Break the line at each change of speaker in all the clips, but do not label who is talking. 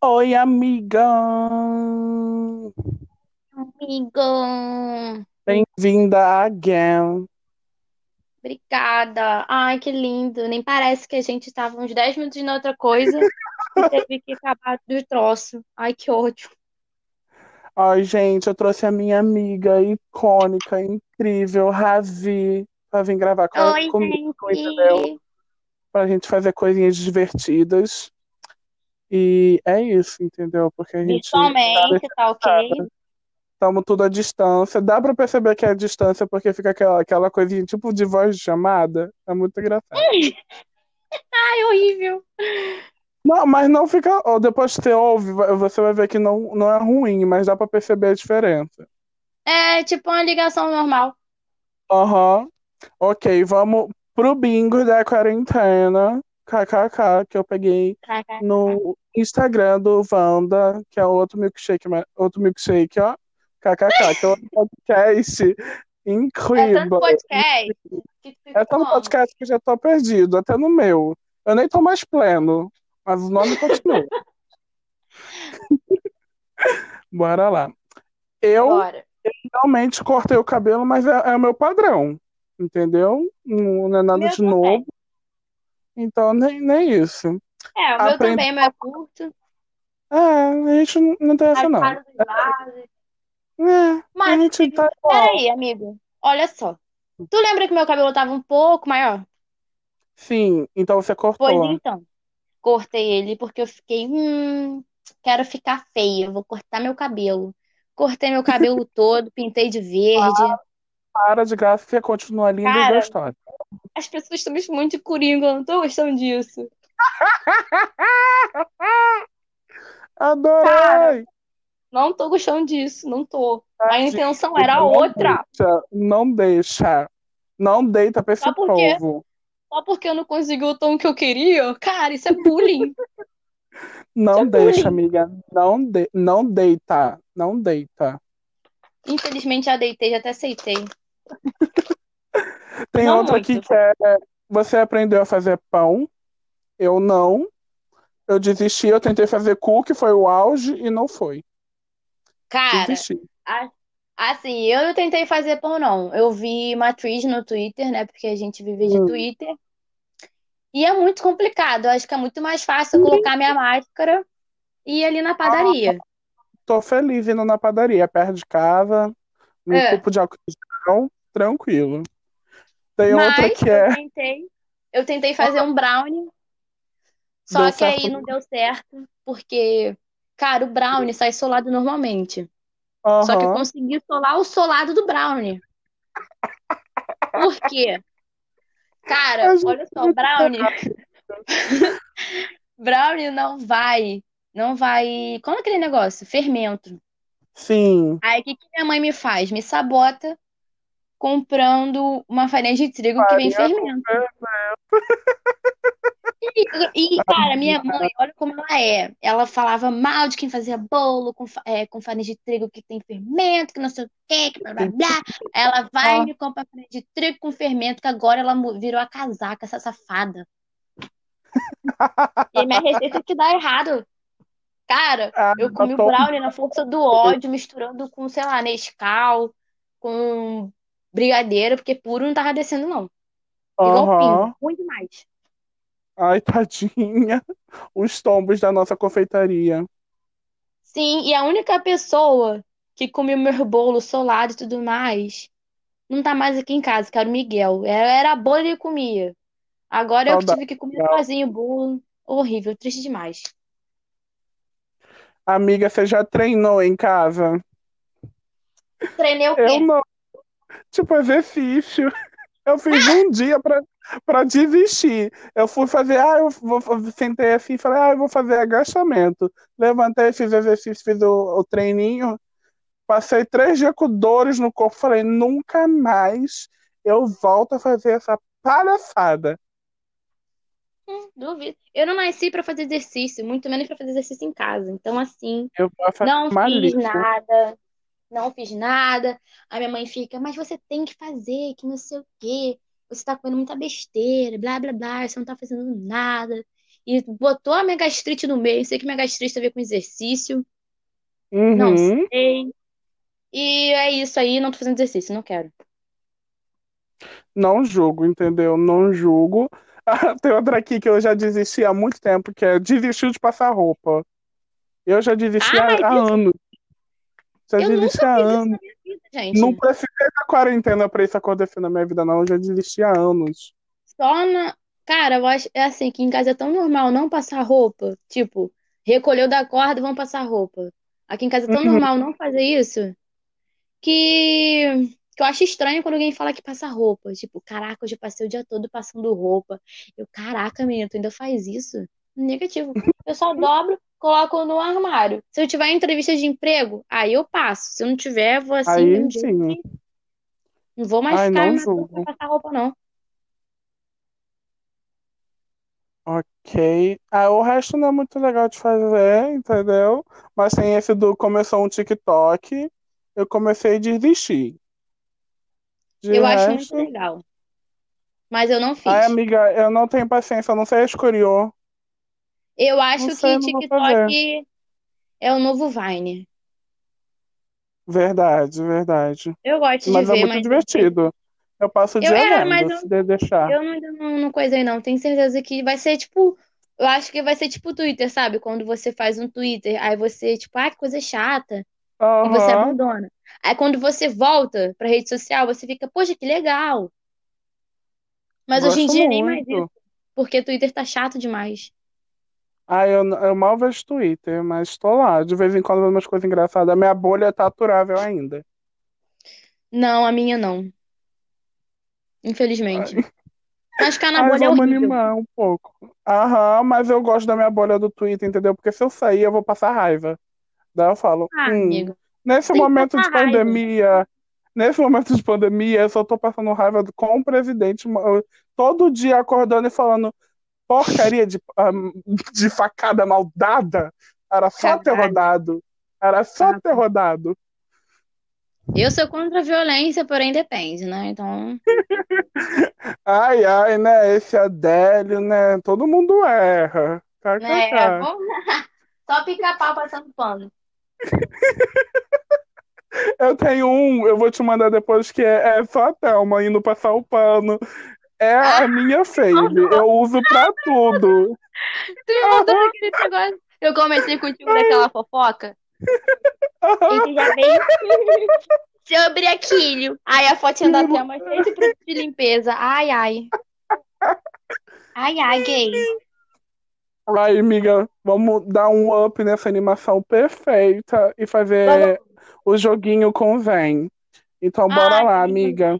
Oi, amiga!
Amigo,
Bem-vinda again.
obrigada. Ai, que lindo. Nem parece que a gente estava uns 10 minutos na outra coisa e teve que acabar do troço. Ai, que ódio.
Ai, gente, eu trouxe a minha amiga icônica, incrível, Ravi, pra vir gravar com a-
Oi,
É tipo comigo, entendeu?
gente.
Pra gente fazer coisinhas divertidas. E é isso, entendeu? Porque a gente
Virtualmente, tá ok?
estamos tudo à distância. Dá pra perceber que é à distância, porque fica aquela, aquela coisinha tipo de voz de chamada. É muito engraçado.
Ai, horrível.
Não, mas não fica. ó, Depois que você ouve, vai- você vai ver que não, não é ruim, mas dá pra perceber a diferença.
É tipo uma ligação normal.
Aham. Ok, vamos pro bingo da quarentena. KKK, que eu peguei
KKK.
no Instagram do Wanda, que é outro milkshake, ma- outro milkshake, ó. KKK, que é outro podcast
É tanto
incrível.
podcast que
É
fica
tão
como?
podcast que já tô perdido, até no meu. Eu nem tô mais pleno, mas o nome continua. Bora lá. Eu
Bora.
realmente cortei o cabelo, mas é, é o meu padrão, entendeu? Não, não é
O
nada
meu
de
também.
novo, então nem, nem isso.
É, o meu
Aprendi.
também, o meu é curto.
É, a gente não não tem essa
As
não.
caras dos lados.
É, a
Mas,
gente tá igual.
peraí, amigo. Olha só. Tu lembra que meu cabelo tava um pouco maior?
Sim, então você
Pois
cortou.
então, cortei ele porque eu fiquei, hum, quero ficar feia, vou cortar meu cabelo. Cortei meu cabelo todo, pintei de verde.
Para de graça que você continua linda e
Cara,
gostosa.
as pessoas estão me chamando de coringa, eu não tô gostando disso. Cara,
Adorei!
não tô gostando disso, não tô. A intenção
Tadinho,
era
não
outra.
deixa, não deixa. Não deita pra esse
Só porque,
povo.
só porque eu não consegui o tom que eu queria. Cara, isso é bullying. Isso é
Não deixa,
bullying.
amiga. Não, de, não deita. Não deita.
Infelizmente já deitei, já até aceitei.
Tem
Não
outra aqui
muito.
que é você aprendeu a fazer pão. Eu não. Eu desisti, eu tentei fazer cookie, foi o auge e não foi.
Cara,
Desisti.
a- assim, eu não tentei fazer pão, não. Eu vi matriz no Twitter, né? Porque a gente vive de
Hum.
Twitter. E é muito complicado. Eu acho que é muito mais fácil eu
Hum.
colocar minha máscara e ir ali
Ah,
na padaria.
Tô feliz indo na padaria, perto de casa, um
É.
cupo de álcool em gel, tranquilo. Tem outra
Mas
que
eu
é,
tentei. Eu tentei fazer um brownie,
deu
só que aí
certo.
não deu certo, porque, cara, o brownie
Hum.
sai solado normalmente. Só que eu
Aham.
consegui solar o solado do brownie. Por quê?
A
Cara,
gente
olha
é
só,
muito
brownie.
errado.
Brownie não vai, não vai. Como é aquele negócio? Fermento.
Sim.
Aí o que que minha mãe me faz? Me sabota comprando uma farinha de trigo que vem
Farinha com
fermento.
fermento.
E, e, cara, minha mãe, olha como ela é. Ela falava mal de quem fazia bolo com, fa- é, com farinha de trigo que tem fermento, que não sei o quê, que blá blá blá. Ela vai e
Ah,
me compra farinha de trigo com fermento, que agora ela mu- virou a casaca, essa safada. E minha receita que dá errado. Cara,
ah,
eu
já
comi o
tô
brownie na força do ódio, misturando com, sei lá, Nescau, com brigadeiro, porque puro não tava descendo, não. Igual pinga,
Aham.
ruim demais.
Ai, tadinha. Os tombos da nossa confeitaria.
Sim, e a única pessoa que comeu meu bolo solado e tudo mais, não tá mais aqui em casa, que era o Miguel. Era, era bolo e ele comia. Agora eu que
Saudade.
tive que comer sozinho o bolo. Horrível, triste demais.
Amiga, você já treinou em casa?
Treinei o
Eu
quê?
não. Tipo, exercício. Eu fiz um dia pra, pra desistir. Eu fui fazer, ah, eu vou, sentei assim e falei, ah, eu vou fazer agachamento. Levantei, fiz exercício, fiz o, o treininho. Passei três dias com dores no corpo. Falei, nunca mais eu volto a fazer essa palhaçada.
Hum, duvido. Eu não nasci pra fazer exercício, muito menos pra fazer exercício em casa. Então, assim,
Eu vou fazer
não fiz
malícia.
nada. não fiz nada. A minha mãe fica, mas você tem que fazer, que não sei o quê. Você tá comendo muita besteira, blá blá blá, você não tá fazendo nada. e botou a minha gastrite no meio. Sei que minha gastrite tem a ver com exercício. Não
Uhum.
sei. E é isso aí, não tô fazendo exercício, não quero.
Não julgo, entendeu? Não julgo. Ah, Tem outra aqui que eu já desisti há muito tempo, que é desistiu de passar roupa. Eu já desisti
Ah,
há,
mas
há
isso,
anos. Já
eu nunca
desisti há
fiz isso
anos.
na minha vida,
Não
gente.
precisei da quarentena pra isso acontecer na minha vida, não. Eu já desisti há anos.
Só na. Cara, eu acho. É assim, que em casa é tão normal não passar roupa. Tipo, recolheu da corda, vão passar roupa. Aqui em casa é tão
Uhum.
normal não fazer isso que. Que eu acho estranho quando alguém fala que passa roupa. Tipo, caraca, hoje eu passei o dia todo passando roupa. Eu, caraca, menina, tu ainda faz isso? Negativo. Eu só dobro, coloco no armário. Se eu tiver entrevista de emprego, aí eu passo. Se eu não tiver, vou assim, de
Aí
um jeito
sim.
que não vou mais
Ai,
ficar me
não
matando pra
julgo.
passar roupa, não.
Ok. Ah, o resto não é muito legal de fazer, entendeu? Mas tem esse do começou um TikTok. Eu comecei a desistir. De
Eu acho muito
resto.
legal. Mas eu não
Ai,
fiz.
amiga, eu não tenho paciência, eu não sei escoriô.
Eu
Não
acho
sei,
que
não vou fazer.
TikTok é o novo Vine.
Verdade, verdade.
Eu gosto de
Mas é
ver,
muito
mas assim,
divertido. Eu passo o
eu
dia
é, mas
vendo,
eu,
se de- deixar.
eu não, ainda não, não coisei não. Tenho certeza que vai ser tipo, eu acho que vai ser tipo o Twitter, sabe? Quando você faz um Twitter, aí você tipo, ah, que coisa chata, e você é
Aham.
abandona. Aí quando você volta pra rede social, você fica, poxa, que legal. Mas hoje em
Gosto
dia nem mais isso,
muito.
porque Twitter tá chato demais.
Ah, eu, n- eu mal vejo Twitter, mas tô lá. De vez em quando vejo umas coisas engraçadas. A minha bolha tá aturável ainda.
Não, a minha não, infelizmente.
Ai,
Mas ficar na
ai,
bolha é
vamos
horrível.
animar um pouco. Aham, mas eu gosto da minha bolha do Twitter, entendeu? Porque se eu sair, eu vou passar raiva. Daí eu falo,
Ah,
hum,
amigo,
nesse
tem que
momento de
passar raiva.
pandemia, nesse momento de pandemia, eu só tô passando raiva do- com o presidente, ma- eu- todo dia acordando e falando porcaria de, ah, de facada maldada. Era só ter
Caralho,
rodado. Era só ter
papo.
rodado.
Eu sou contra a violência, porém depende, né? Então,
Ai, ai, né? Esse Adélio, né? Todo mundo erra.
né? É
KKK.
bom. Só pica-pau passando pano.
Eu tenho um, eu vou te mandar depois, que é, é só a Thelma indo passar o pano. É
Ah,
a minha
me
fave.
mandou.
Eu uso pra tudo.
Tu me mandou
Aham,
aquele negócio. Eu comecei contigo
Ah, ai,
naquela fofoca e tu já
aham.
veio sobre aquilo. Ai, a fotinha da Thelma cheia de produto de limpeza. Ai, ai. Ai, ai, gay.
Ai, amiga, vamos dar um up nessa animação perfeita e fazer
Vamos.
o joguinho com o Zen. Então, bora lá,
Ai, joguei com
amiga.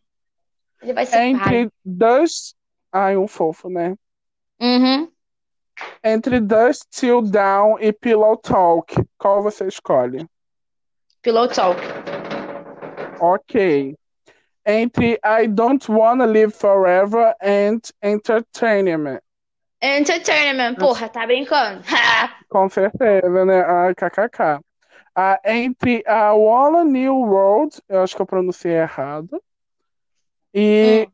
Ele vai
É
ser pai.
Entre Dust. Ai, um fofo, né?
Uhum.
Entre Dust Till Down e Pillow Talk, qual você escolhe?
Pillow talk.
Ok. Entre I Don't Wanna Live Forever and Entertainment.
Entertainment. É Porra, tá brincando? Ah, Ha!
Com certeza, né? Ai, kkk. Ah, entre a Wall a New World, eu acho que eu pronunciei errado, e É.
Hum.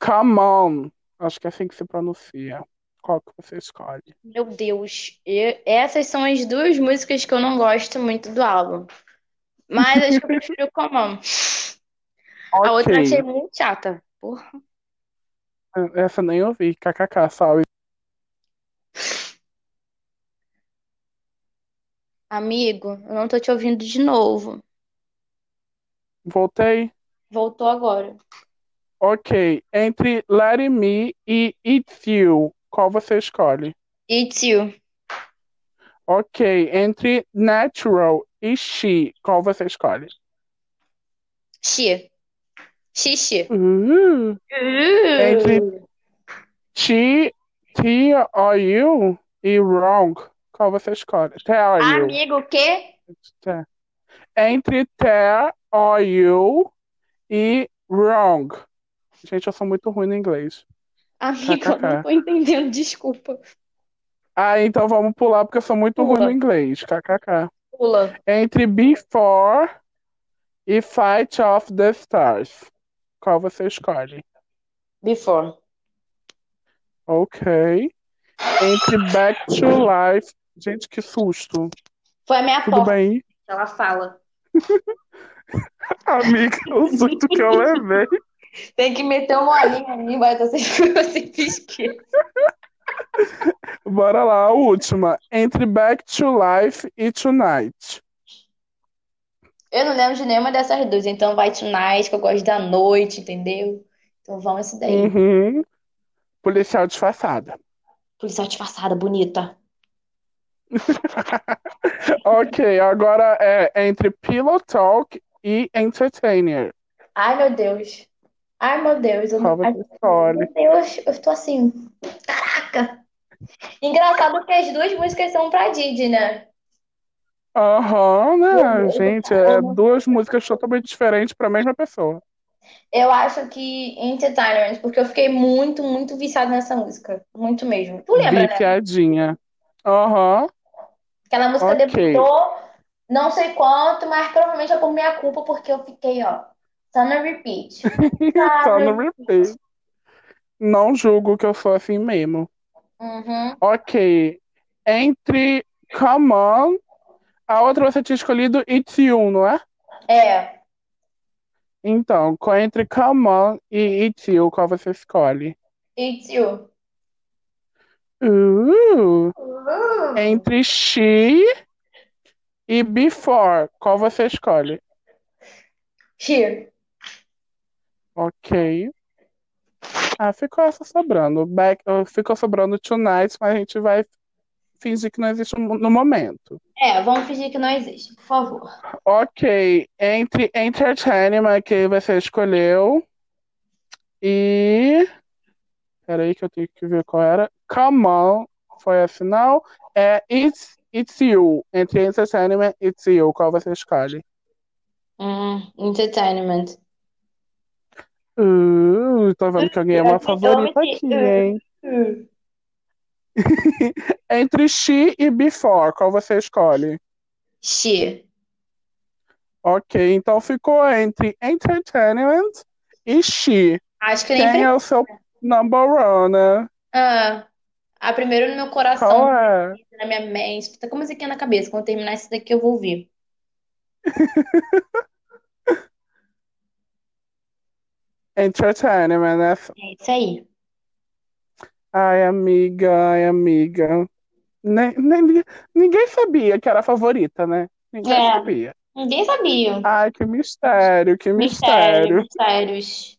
Come On, acho que é assim que se pronuncia. Qual que você escolhe?
Meu Deus, eu- essas são as duas músicas que eu não gosto muito do álbum. Mas acho que eu prefiro o Common. A outra eu achei
Ok,
muito chata. Porra.
essa nem ouvi, kkk, salve.
Amigo, eu não tô te ouvindo de novo.
Voltei?
Voltou agora.
Ok, entre Let It Me e It's You, qual você escolhe?
It's you.
Ok, entre Natural e She, qual você escolhe?
Xi. Xixi.
Uh, entre
Uh.
T, T, are you? E wrong. Qual você escolhe? T, are you?
Amigo, o quê?
Tá. Entre T, are you? E wrong. Gente, eu sou muito ruim no inglês.
Amigo, eu não
KKK.
tô entendendo, desculpa.
Ah, então vamos pular porque eu sou muito ruim no
Pula,
inglês. KKK.
pula.
Entre before e fight of the stars. Qual você escolhe?
Before.
Ok. Entre Back to Life. Gente, que susto.
Foi a minha
Tudo
porta
bem?
que ela fala.
Amiga, o susto que eu levei.
Tem que meter uma olhinha ali, vai assim, estar sempre você pisqueira.
Bora lá, a última. Entre Back to Life e Tonight.
Eu não lembro de nenhuma dessas duas, então vai Tonight, que eu gosto da noite, entendeu? Então vamos esse daí.
Uhum. Policial disfarçada.
Policial disfarçada, bonita.
Ok, agora é entre Pillow Talk e Entertainer.
Ai, meu Deus. Ai, meu Deus. Eu
Qual
não... Ai,
você escolhe?
meu Deus, eu estou assim. Caraca! Engraçado que as duas músicas são pra Didi, né?
Aham, né?
Eu-
Gente,
eu-
é duas músicas totalmente diferentes para a mesma pessoa.
Eu acho que Entertainment, porque eu fiquei muito, muito viciada nessa música. Muito mesmo. Tu lembra, né?
Viciadinha. Aham.
Aquela música
Ok.
debutou, não sei quanto, mas provavelmente é por minha culpa, porque eu fiquei, ó, só no repeat.
Tá no
Sabe?
replay. Não julgo que eu sou assim mesmo.
Uhum.
Ok. Entre Come On, a outra você tinha escolhido It's You, não é?
É.
Então, co- entre Come On e It's You, qual você escolhe?
It's you.
Uh,
Uh.
entre She e Before, qual você escolhe?
Here.
Ok. Ah, ficou essa sobrando. Back, uh, ficou sobrando Tonight, mas a gente vai fingir que não existe no no momento.
É, vamos fingir que não existe, por favor.
Ok, entre Entertainment, que você escolheu, e. Peraí, que eu tenho que ver qual era. Come On, foi a final. É It's, It's You. Entre Entertainment e It's You, qual você escolhe?
Hum, entertainment.
Uh, tô vendo que alguém é uma favorita aqui, hein?
Uh.
Entre She e Before, qual você escolhe?
She.
Ok, então ficou entre Entertainment e She.
Acho que nem.
Quem
pre-
é o seu number one, né?
Ah, a primeiro no meu coração,
Qual é?
na minha mente. Tá com musiquinha na cabeça. Quando terminar isso daqui, eu vou ouvir.
Entertainment, né?
É isso aí.
Ai, amiga, ai, amiga. Nem, nem- ninguém sabia que era a favorita, né? Ninguém
É.
sabia.
Ninguém sabia.
Ai, que mistério, que mistério.
mistérios.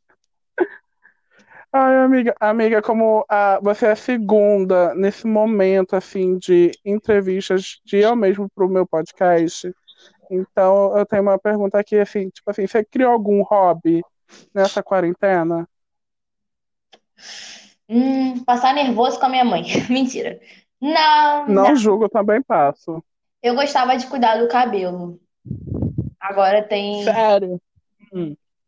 Ai, amiga, amiga, como a, você é a segunda nesse momento, assim, de entrevistas de eu mesmo pro meu podcast, então eu tenho uma pergunta aqui, assim, tipo assim, você criou algum hobby nessa quarentena?
Hum, passar nervoso com a minha mãe. Mentira. Não, não.
Não julgo, eu também passo.
Eu gostava de cuidar do cabelo. Agora tem.
Sério?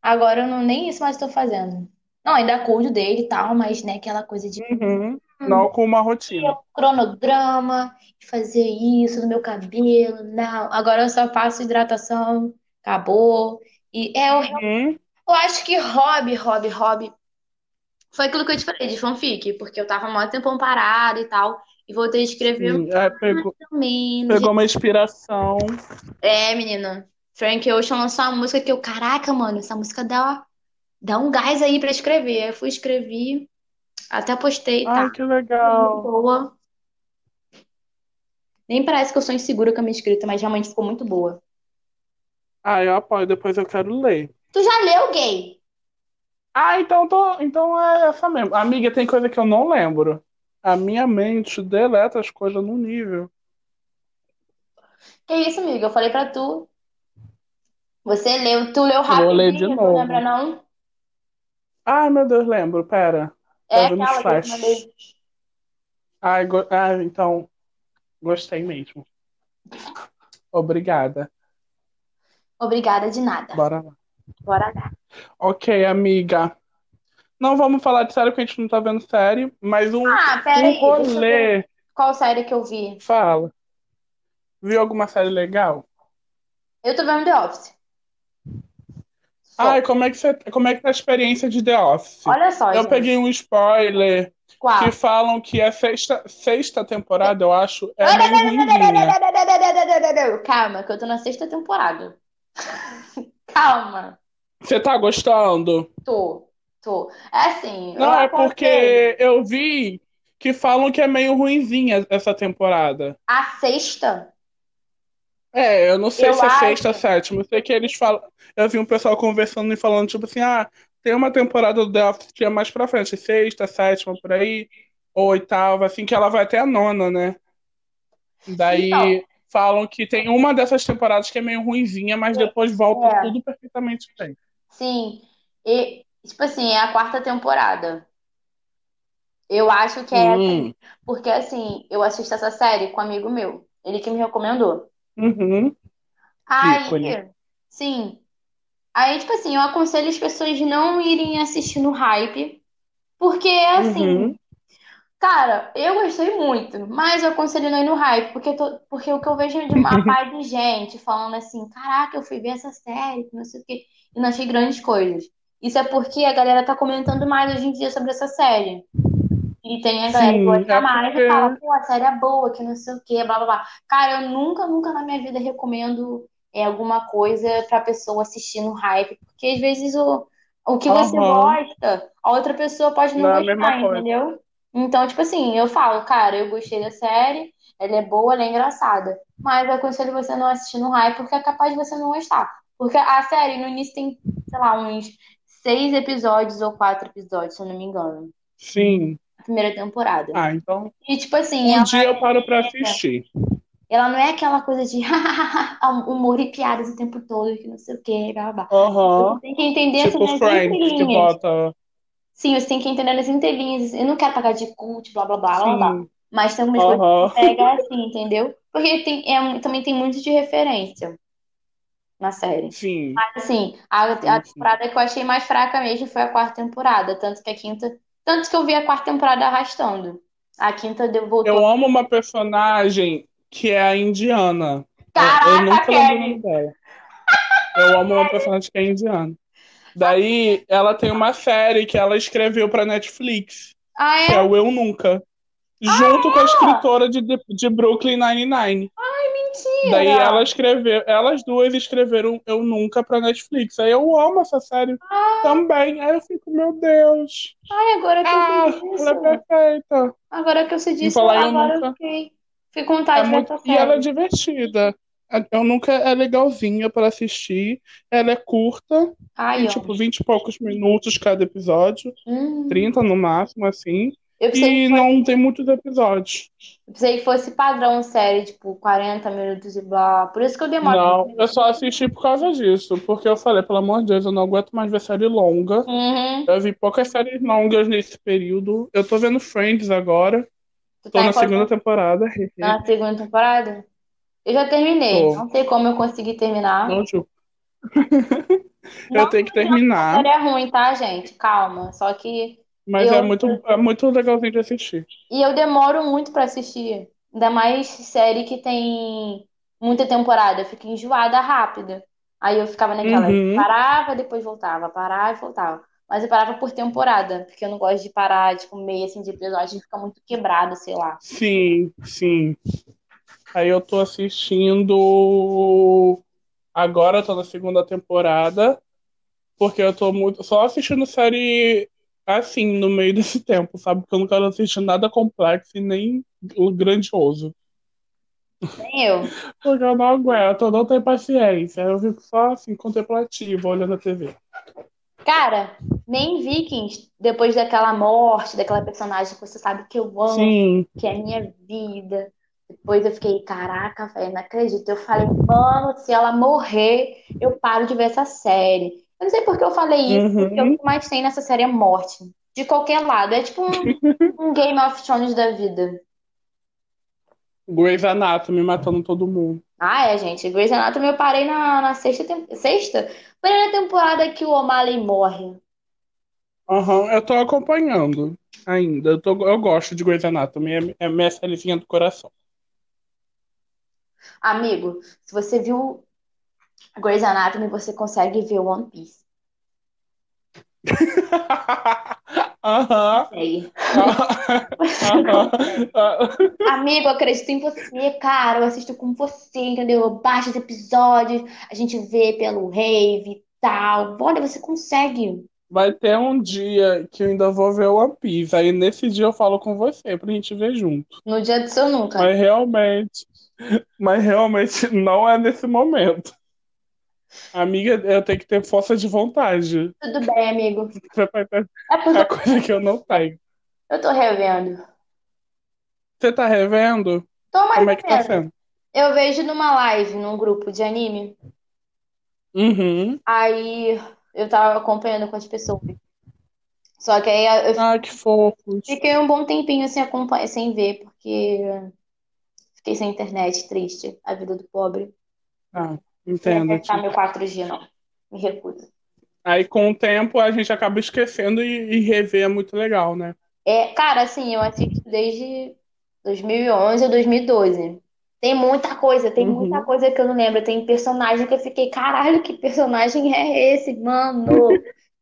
Agora eu não nem isso mais tô fazendo. Não, ainda cuido dele e tal, mas né, aquela coisa de
Uhum. Não com uma rotina.
cronograma, de fazer isso no meu cabelo. Não, agora eu só faço hidratação, acabou. E é, eu,
Uhum.
eu acho que hobby, hobby, hobby. Foi aquilo que eu te falei de fanfic, porque eu tava mó tempão parada e tal. E voltei a escrever
Sim, é, pegou,
também.
pegou uma inspiração.
É, menina. Frank Ocean lançou uma música que eu, caraca, mano, essa música dá, dá um gás aí pra escrever. Aí eu fui escrevi, até postei,
Ai,
tá.
que legal.
Boa. Nem parece que eu sou insegura com a minha escrita, mas realmente ficou muito boa.
Ai, eu apoio, depois eu quero ler.
Tu já leu, gay?
Ah, então, tô, então é essa mesmo. Amiga, tem coisa que eu não lembro. A minha mente deleta as coisas num nível.
Que isso, amiga? Eu falei pra tu. Você leu, tu leu
Vou ler de
rapidinho, não
novo.
lembra, não?
Ai, meu Deus, lembro, pera.
É
Tá vindo os
aquela que eu te
flashes.
mandei.
Ai, go- ah, então, gostei mesmo. Obrigada.
Obrigada de nada.
Bora lá.
Bora lá.
Ok, amiga. Não vamos falar de série, porque a gente não tá vendo série, mas um,
Ah,
um
peraí, deixa eu ver
rolê.
qual série que eu vi.
Fala. Viu alguma série legal?
Eu tô vendo The Office. Só.
Ai, como é que você, como é que tá a experiência de The Office?
Olha só,
Eu
gente. Ah.
peguei um spoiler que
Qual?
falam que a sexta, sexta temporada, eu acho, é meio ruimzinha.
Calma, que eu tô na sexta temporada. Calma.
Você tá gostando?
Tô, tô. É assim, eu
Não, é
acompanho.
porque eu vi que falam que é meio ruinzinha essa temporada.
A sexta?
É, eu não sei
Eu
se é
acho-
sexta, sétima. Eu sei que eles falam. Eu vi um pessoal conversando e falando, tipo assim, ah, tem uma temporada do The Office que é mais pra frente, sexta, sétima, por aí, ou oitava, assim, que ela vai até a nona, né? Daí
Então.
falam que tem uma dessas temporadas que é meio ruinzinha, mas depois volta
É.
tudo perfeitamente bem.
Sim. E, tipo assim, é a quarta temporada. Eu acho que é essa.
Hum.
Porque, assim, eu assisto essa série com um amigo meu. Ele que me recomendou.
Uhum.
Aí,
Ícone.
sim. Aí, tipo assim, eu aconselho as pessoas não irem assistir no hype. Porque, assim,
Uhum.
Cara, eu gostei muito, mas eu aconselho não ir no hype, porque, tô- porque o que eu vejo é de uma par de gente falando assim, caraca, eu fui ver essa série, que não sei o quê, e não achei grandes coisas. Isso é porque a galera tá comentando mais hoje em dia sobre essa série. E tem a galera que
Sim,
gosta
é
mais e fala,
porque.
pô, a série é boa, que não sei o quê, blá blá blá. Cara, eu nunca, nunca na minha vida recomendo é, alguma coisa pra pessoa assistir no hype, porque às vezes o, o que você
Aham.
gosta, a outra pessoa pode não
Não é a mesma
gostar,
coisa.
entendeu? Então, tipo assim, eu falo, cara, eu gostei da série, ela é boa, ela é engraçada, mas eu aconselho você a não assistir no hype, porque é capaz de você não gostar. Porque a série no início tem, sei lá, uns seis episódios ou quatro episódios, se eu não me engano,
Sim.
a primeira temporada.
Ah, então.
E tipo assim,
Um
ela,
dia eu paro pra assistir.
ela não é aquela coisa de humor e piadas o tempo todo, que não sei o quê, blá blá blá. Você
Aham.
tem que entender assim,
Tipo
nas
Friends, que
entrelinhas.
bota.
Sim, você tem que entender nas entrelinhas. Eu não quero pagar de cult, blá blá blá blá blá.
Sim.
Mas tem algumas coisas que
Aham.
pega assim, entendeu? Porque tem, é um- também tem muito de referência na série.
Sim.
Mas assim, a, a
Sim, sim.
temporada que eu achei mais fraca mesmo foi a quarta temporada. Tanto que a quinta. Tanto que eu vi a quarta temporada arrastando. A quinta deu- voltou.
Eu amo uma personagem que é a indiana. É, eu
Caraca,
nunca lembro o
Kelly!
nome dela. Eu amo uma personagem que é indiana. Daí ela tem uma série que ela escreveu pra Netflix,
Ah,
que é
é?
o Eu Nunca, junto
Ah!
com a escritora de, de Brooklyn Nine-Nine. Daí
Mentira!
ela escreveu, elas duas escreveram Eu Nunca pra Netflix. Aí eu amo essa série
Ah!
também. Aí eu fico, meu Deus.
Ai, agora que eu
Ah,
sei
ela é
disso.
perfeita.
Agora que eu sei
Em
disso,
falar Eu
agora eu
Nunca.
fiquei, fiquei com
É
vontade
muito...
dessa
E ela é
série.
divertida. Eu nunca é legalzinha pra assistir. Ela é curta,
Ai,
tem
amo.
tipo 20 e poucos minutos cada episódio,
Hum.
30 no máximo, assim.
Eu pensei que
E
fosse,
não tem muitos episódios.
eu pensei que fosse padrão série, tipo, 40 minutos e blá. Por isso que eu demoro pra
Não, eu
entender.
só assisti por causa disso, porque eu falei, pelo amor de Deus, eu não aguento mais ver série longa.
Uhum.
Eu vi poucas séries longas nesse período. Eu tô vendo Friends agora,
Tu
tô
tá em
na
qual
segunda
tem-
temporada.
tá na segunda temporada? Eu já terminei.
Tô,
Não sei como eu consegui terminar.
não julgo. Eu
Não
tenho que
tô dizendo Ah. que a
terminar,
série é ruim, tá, gente? Calma. Só que
mas é
eu,
muito, é muito legalzinho de assistir.
e eu demoro muito pra assistir. Ainda mais série que tem muita temporada. Eu fico enjoada rápido. Aí eu ficava naquela,
Uhum.
parava, depois voltava, parava e voltava. Mas eu parava por temporada, porque eu não gosto de parar, tipo, meio assim de episódio, fica muito quebrado, sei lá.
Sim, sim. Aí eu tô assistindo. Agora eu tô na segunda temporada, porque eu tô muito só assistindo série assim, no meio desse tempo, sabe? Porque eu não quero assistir nada complexo e nem grandioso.
Nem eu.
Porque eu não aguento, eu não tenho paciência. Eu fico só assim, contemplativa, olhando a TV.
Cara, nem Vikings, depois daquela morte, daquela personagem que você sabe que eu amo,
Sim,
que é a minha vida. Depois eu fiquei, caraca, velho, não acredito. Eu falei, mano, se ela morrer, eu paro de ver essa série. Eu não sei por que eu falei isso, porque o
uhum.
que mais tem nessa série é morte. De qualquer lado. É tipo um, um Game of Thrones da vida.
Grey's Anatomy matando todo mundo.
Ah, é, gente. Grey's Anatomy eu parei na, na sexta, tem- sexta? Primeira temporada que o O'Malley morre.
Aham, eu tô acompanhando ainda. Eu, tô, eu gosto de Grey's Anatomy, é, é minha sériezinha do coração.
Amigo, se você viu Grey's Anatomy, você consegue ver One Piece.
Aham.
Segue.
Aham. aham.
Amigo, eu acredito em você, cara. Eu assisto com você, entendeu? Eu baixo os episódios, a gente vê pelo rave e tal. Olha, você consegue.
Vai ter um dia que eu ainda vou ver o One Piece. Aí nesse dia eu falo com você pra gente ver junto.
No dia do seu nunca.
Mas realmente, mas realmente não é nesse momento. Amiga, eu tenho que ter força de vontade.
Tudo bem, amigo.
Você vai ter
É porque
a coisa que eu não tenho.
eu tô revendo.
Você tá revendo?
Tô mais
Como é
ou
que tá
menos.
sendo?
Eu vejo numa live, num grupo de anime.
Uhum.
Aí eu tava acompanhando com as pessoas. Só que aí eu
Ah, que fofos.
fiquei um bom tempinho sem acompanhar, sem ver, porque fiquei sem internet, triste. A vida do pobre.
Ah,
Não
entendo,
quero ficar
tia.
meu 4G, não. Me recuso.
Aí com o tempo a gente acaba esquecendo e, e rever é muito legal, né?
É, cara, assim, eu assisto desde 2011 ou 2012. Tem muita coisa, tem muita
Uhum.
coisa que eu não lembro. Tem personagem que eu fiquei, caralho, que personagem é esse, mano?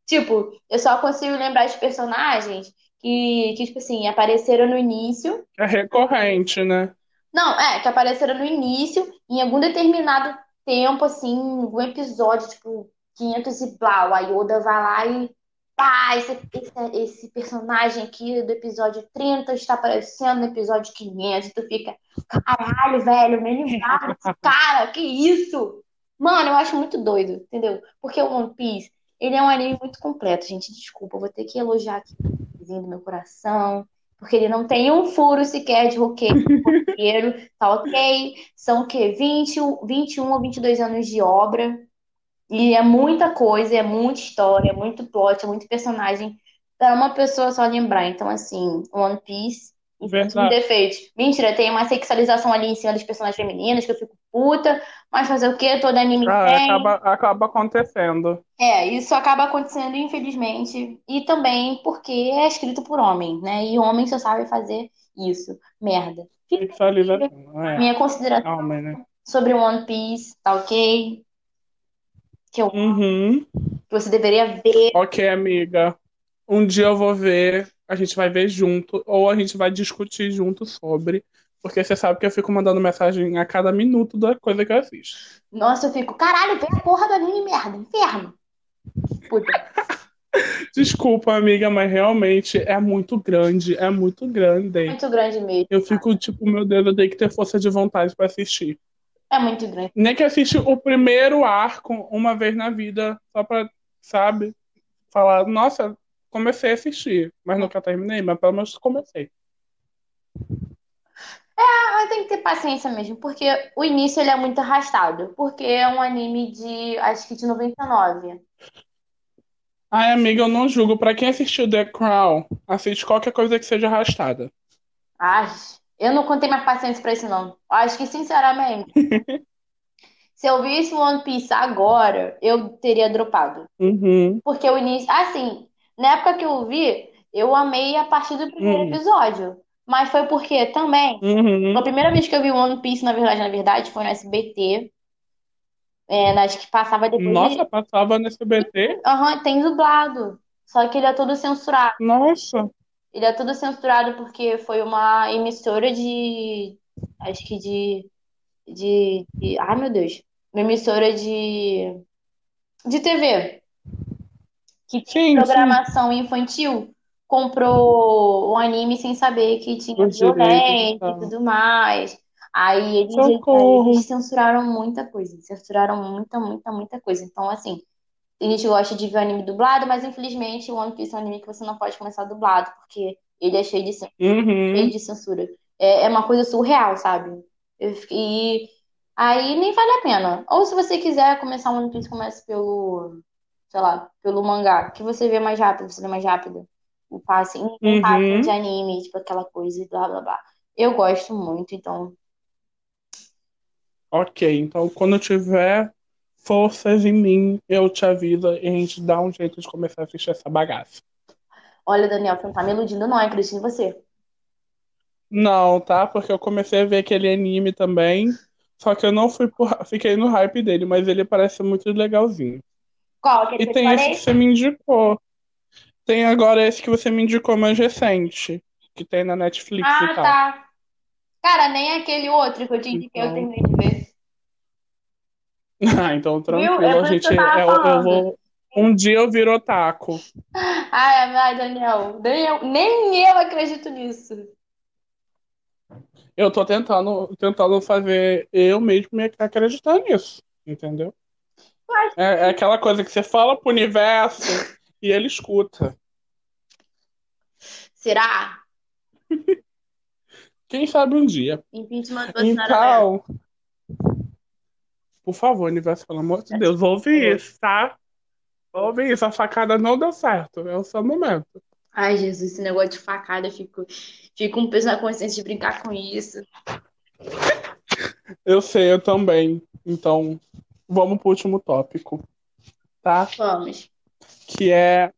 Tipo, eu só consigo lembrar de personagens que, que, tipo assim, apareceram no início.
É recorrente, né?
Não, é, que apareceram no início, em algum determinado tempo, assim, em algum episódio, tipo, 500 e blau. A Yoda vai lá e. Pá, esse, esse, esse personagem aqui do episódio 30 está aparecendo no episódio 500. E tu fica, caralho, velho, me livraram desse cara, que isso? Mano, eu acho muito doido, entendeu? Porque o One Piece, ele é um anime muito completo, gente. Desculpa, eu vou ter que elogiar aqui o vizinho do meu coração, porque ele não tem um furo sequer de roqueiro roteiro, tá ok. São o quê? 20, 21 ou 22 anos de obra. E é muita coisa, é muita história, é muito plot, é muito personagem pra uma pessoa só lembrar. Então, assim, One Piece tem um
Verdade.
defeito. Mentira, tem uma sexualização ali em cima dos personagens femininos que eu fico puta, mas fazer o quê? Todo anime
Ah,
tem.
acaba, acaba acontecendo.
É, isso acaba acontecendo, infelizmente. E também porque é escrito por homem, né? E homem só sabe fazer isso. Merda. Fica aí
Sexualização.
a
É,
minha consideração
calma, né?
sobre One Piece, tá ok? Que eu
Uhum.
que você deveria ver.
Ok, amiga. Um dia eu vou ver, a gente vai ver junto, ou a gente vai discutir junto sobre. Porque você sabe que eu fico mandando mensagem a cada minuto da coisa que eu assisto.
Nossa, eu fico, caralho, vê a porra do anime, merda, inferno. Puta.
Desculpa, amiga, mas realmente é muito grande, é muito grande.
Muito grande mesmo.
Eu fico tipo, meu Deus, eu tenho que ter força de vontade pra assistir.
É muito grande.
Nem que assiste o primeiro arco uma vez na vida, só pra, sabe, falar, nossa, comecei a assistir, mas nunca terminei, mas pelo menos comecei.
Ah, mas tem que ter paciência mesmo, porque o início ele é muito arrastado. Porque é um anime de, acho que de 99.
Ai, amiga, eu não julgo. Pra quem assistiu The Crown, assiste qualquer coisa que seja arrastada.
Ai, eu não contei mais paciência pra isso, não. Acho que, sinceramente, se eu visse One Piece agora, eu teria dropado.
Uhum.
Porque o início. Assim, na época que eu vi, eu amei a partir do primeiro
Uhum.
episódio. Mas foi porque também. A
Uhum.
primeira vez que eu vi One Piece, na verdade, na verdade, foi no SBT. É, nas que passava depois
Nossa,
de.
passava nesse BT?
Aham, tem dublado. Só que ele é todo censurado.
Nossa.
Ele é todo censurado porque foi uma emissora de. Acho que de. De. de... Ai, meu Deus. Uma emissora de. De TV. que
Sim,
tinha
sim.
programação infantil comprou o anime sem saber que tinha
Os direitos e
violência e
tal.
tudo mais. Aí eles, eles
Socorro.
censuraram muita coisa, censuraram muita, muita, muita coisa. Então, assim, a gente gosta de ver anime dublado, mas infelizmente o One Piece é um anime que você não pode começar dublado, porque ele é cheio de, cen- cheio
Uhum.
de censura. É, é uma coisa surreal, sabe? Eu fiquei- E aí nem vale a pena. Ou se você quiser começar o One Piece, comece pelo sei lá, pelo mangá, que você vê mais rápido, você lê mais rápido. O passe, um passo de
Uhum.
anime, tipo aquela coisa e blá blá blá. Eu gosto muito, então.
Ok, então quando tiver forças em mim, eu te aviso e a gente dá um jeito de começar a assistir essa bagaça.
Olha, Daniel, você não tá me iludindo, não, eu acredito em você.
Não, tá? Porque eu comecei a ver aquele anime também. Só que eu não fui pro... fiquei no hype dele, mas ele parece muito legalzinho.
Qual? Aquele
E
que eu te
tem esse que
falei?
você me indicou. Tem agora esse que você me indicou mais recente, que tem na Netflix então.
Ah,
e tal.
tá. Cara, nem aquele outro que eu te indiquei, eu
Então.
terminei de ver.
Ah, então
Viu?
tranquilo,
É
a
por isso que
gente.
eu tava
Eu, eu
falando.
vou. Um dia eu viro otaku.
Ai, vai, Daniel. Nem eu, nem eu acredito nisso.
Eu tô tentando, tentando fazer eu mesmo me acreditar nisso, entendeu?
Mas
É, é aquela coisa que você fala pro universo e ele escuta.
será?
Quem sabe um dia.
Impeachment do Bolsonaro mesmo.
Então, por favor, universo, pelo amor de Deus, ouve isso, tá? Ouve isso, a facada não deu certo. É o seu momento.
Ai, Jesus, esse negócio de facada, eu fico, fico um peso na consciência de brincar com isso.
Eu sei, eu também. Então, vamos pro último tópico, tá?
Vamos.
Que é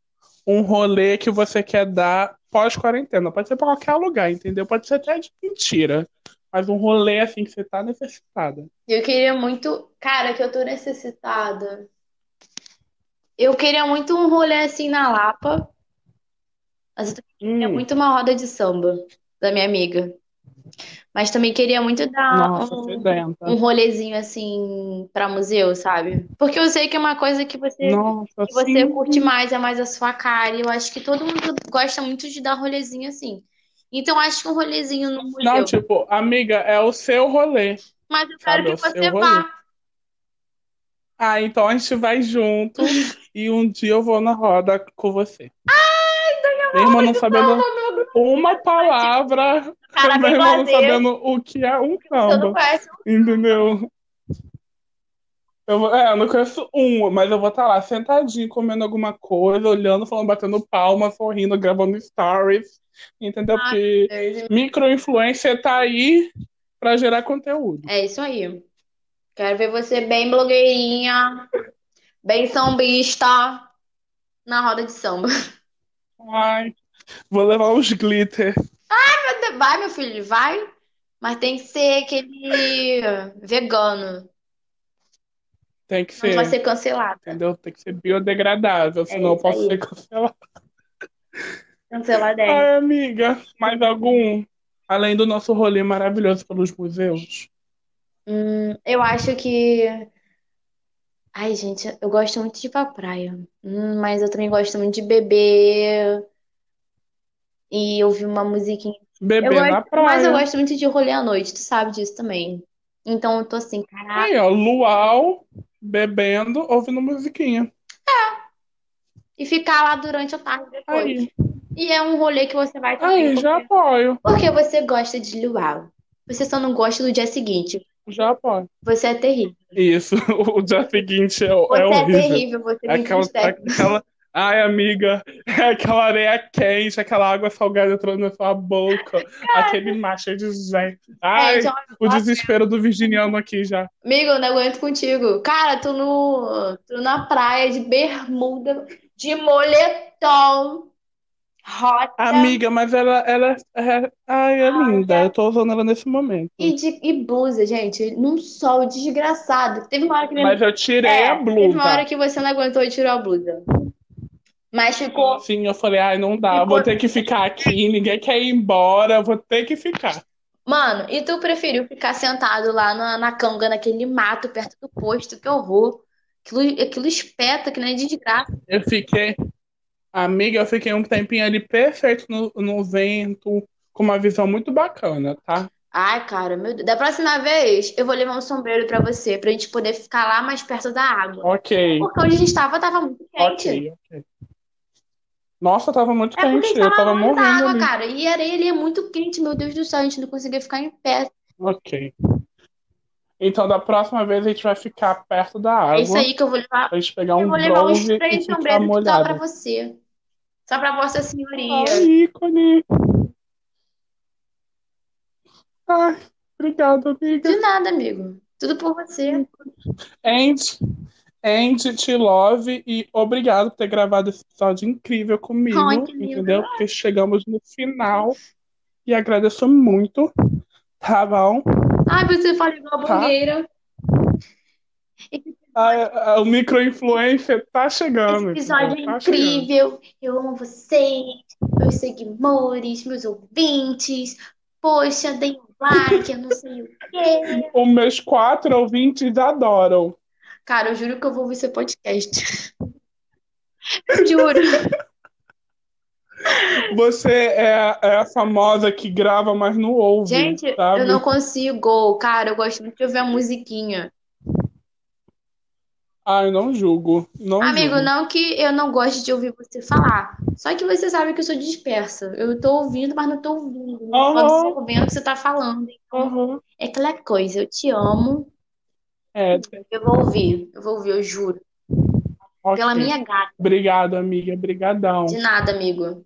um rolê que você quer dar pós-quarentena. Pode ser pra qualquer lugar, entendeu? Pode ser até de mentira. Mas um rolê assim que você tá necessitada.
Eu queria muito. Cara, que eu tô necessitada. Eu queria muito um rolê assim na Lapa, mas eu também queria
Hum,
É muito uma roda de samba da minha amiga. Mas também queria muito dar
nossa,
um,
sedenta.
um rolezinho assim pra museu, sabe? Porque eu sei que é uma coisa que você
Nossa,
que você
sim.
curte mais, é mais a sua cara. E eu acho que todo mundo gosta muito de dar rolezinho assim. Então, acho que um rolezinho no
Não,
museu.
tipo, amiga, é o seu rolê,
Mas eu quero
sabe? É
que
o seu
você
rolê.
vá.
Ah, então a gente vai junto e um dia eu vou na roda com você.
então
Meu irmão não sabendo uma palavra,
Cara,
meu
tem
irmão não
lazer.
sabendo o que é um
Você não
samba,
conhece.
entendeu? Eu, vou- é, eu não conheço um, mas eu vou estar lá sentadinho, comendo alguma coisa, olhando, falando, batendo palma, sorrindo, gravando stories, entendeu?
Ah,
Porque
Deus.
micro-influencer tá aí pra gerar conteúdo.
É isso aí. Quero ver você bem blogueirinha, bem sambista, na roda de samba.
Ai, vou levar uns glitter.
Vai, meu filho, vai. Mas tem que ser aquele vegano.
Tem que
Não vai
ser,
ser cancelada.
entendeu? Tem que ser biodegradável,
É
senão eu
isso
posso ser
aí.
cancelado.
Cancelada é.
Ai, amiga, mais algum? Além do nosso rolê maravilhoso pelos museus?
Hum, eu acho que. Ai, gente, eu gosto muito de ir pra praia. Hum, mas eu também gosto muito de beber e ouvir uma musiquinha. Eu
Beber na
gosto, mas eu
praia.
gosto muito de rolê à noite, tu sabe disso também. Então eu tô assim, caraca,
Aí, ó, luau, bebendo, ouvindo musiquinha.
e ficar lá durante a tarde depois.
Aí,
E é um rolê que você vai também,
aí, já
porque,
apoio,
porque você gosta de luau. Você só não gosta do dia seguinte.
já apoio.
Você é terrível.
Isso, o dia seguinte é, é
Você é
horrível.
terrível, você
É
me
aquela, é
entristece.
aquela, ai, amiga, é aquela areia quente, aquela água salgada entrando na sua boca, aquele mar cheio de gente.
É,
Ai,
então,
o desespero do virginiano aqui já.
Amigo, eu não aguento contigo. Cara, tu no, tu na praia de bermuda, de moletom, rota
Amiga, mas ela, ela, é, ai, é linda. Eu tô usando ela nesse
e,
momento.
de, e blusa, gente, num sol desgraçado. Teve uma hora que
Mas eu tirei a
é, teve uma hora
blusa.
que você não aguentou e tirou a blusa. Mas ficou,
Sim, eu falei, ai, não dá, eu
ficou.
vou ter que ficar aqui, ninguém quer ir embora, eu vou ter que ficar.
Mano, e tu preferiu ficar sentado lá na, na canga, naquele mato, perto do posto? Que horror. Aquilo, aquilo espeta, que nem desgraça.
Eu fiquei, amiga, eu fiquei um tempinho ali perfeito no, no vento, com uma visão muito bacana, tá?
Ai, cara, meu Deus. Da próxima vez, eu vou levar um sombreiro pra você, pra gente poder ficar lá mais perto da água.
Ok,
Porque onde a gente tava, tava muito quente.
ok, ok. Nossa, tava muito
É porque a gente
quente, eu
tava
tava
longe da
morrendo
água,
ali.
cara. E a areia ali é muito quente, meu Deus do céu, a gente não conseguia ficar em pé. É
Ok. Então, da próxima vez a gente vai ficar perto da
É isso
água,
aí que eu vou levar.
pra gente pegar
Eu
um
vou levar uns
bronze e
três
ficar
sombreiros só pra
molhada.
você. Só pra Vossa Senhoria.
Ai, ícone. Ai, obrigado, amiga.
De nada, amigo. Tudo por você.
End, end, te love e obrigado por ter gravado esse episódio incrível
Ai,
comigo,
que lindo.
entendeu? Porque chegamos no final e agradeço muito, tá bom?
Ai, você fala igual a
Tá?
blogueira. E que
A, a, o micro-influencer tá chegando.
Esse episódio
irmão, tá
é incrível. Eu amo vocês, meus seguidores, meus ouvintes. Poxa, dei um like, eu não sei o quê.
chegando. Os meus quatro ouvintes adoram.
Cara, eu juro que eu vou ouvir seu podcast. Juro.
Você é, a- é a famosa que grava, mas não ouve.
Gente,
sabe?
eu não consigo. Cara, eu gosto muito de ouvir a musiquinha.
Ai, Ah, não julgo. Não
Amigo,
julgo.
não que eu não goste de ouvir você falar. Só que você sabe que eu sou dispersa. Eu tô ouvindo, mas não tô ouvindo. Não tô
Aham.
absorvendo o que você tá falando.
Aham.
É aquela coisa, eu te amo.
É,
Eu vou ouvir, eu vou ouvir, eu juro.
ok.
Pela minha gata.
Obrigado, amiga. Brigadão.
De nada, amigo.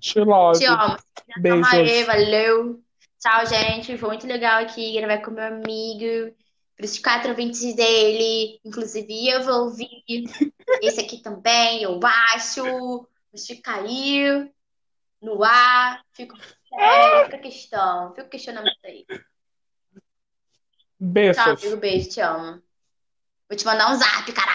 Te love.
Te amo. Tamo
Beijos.
aí, valeu. Tchau, gente. Foi muito legal aqui gravar com meu amigo. Pros quatro ouvintes dele. Inclusive, eu vou ouvir. Esse aqui também, eu acho. Mas fica aí. No ar. Fico. É, fica a questão. Fica o questionamento aí. Tchau,
Beijos.
amigo. Beijo. Te amo. Vou te mandar um zap, cara.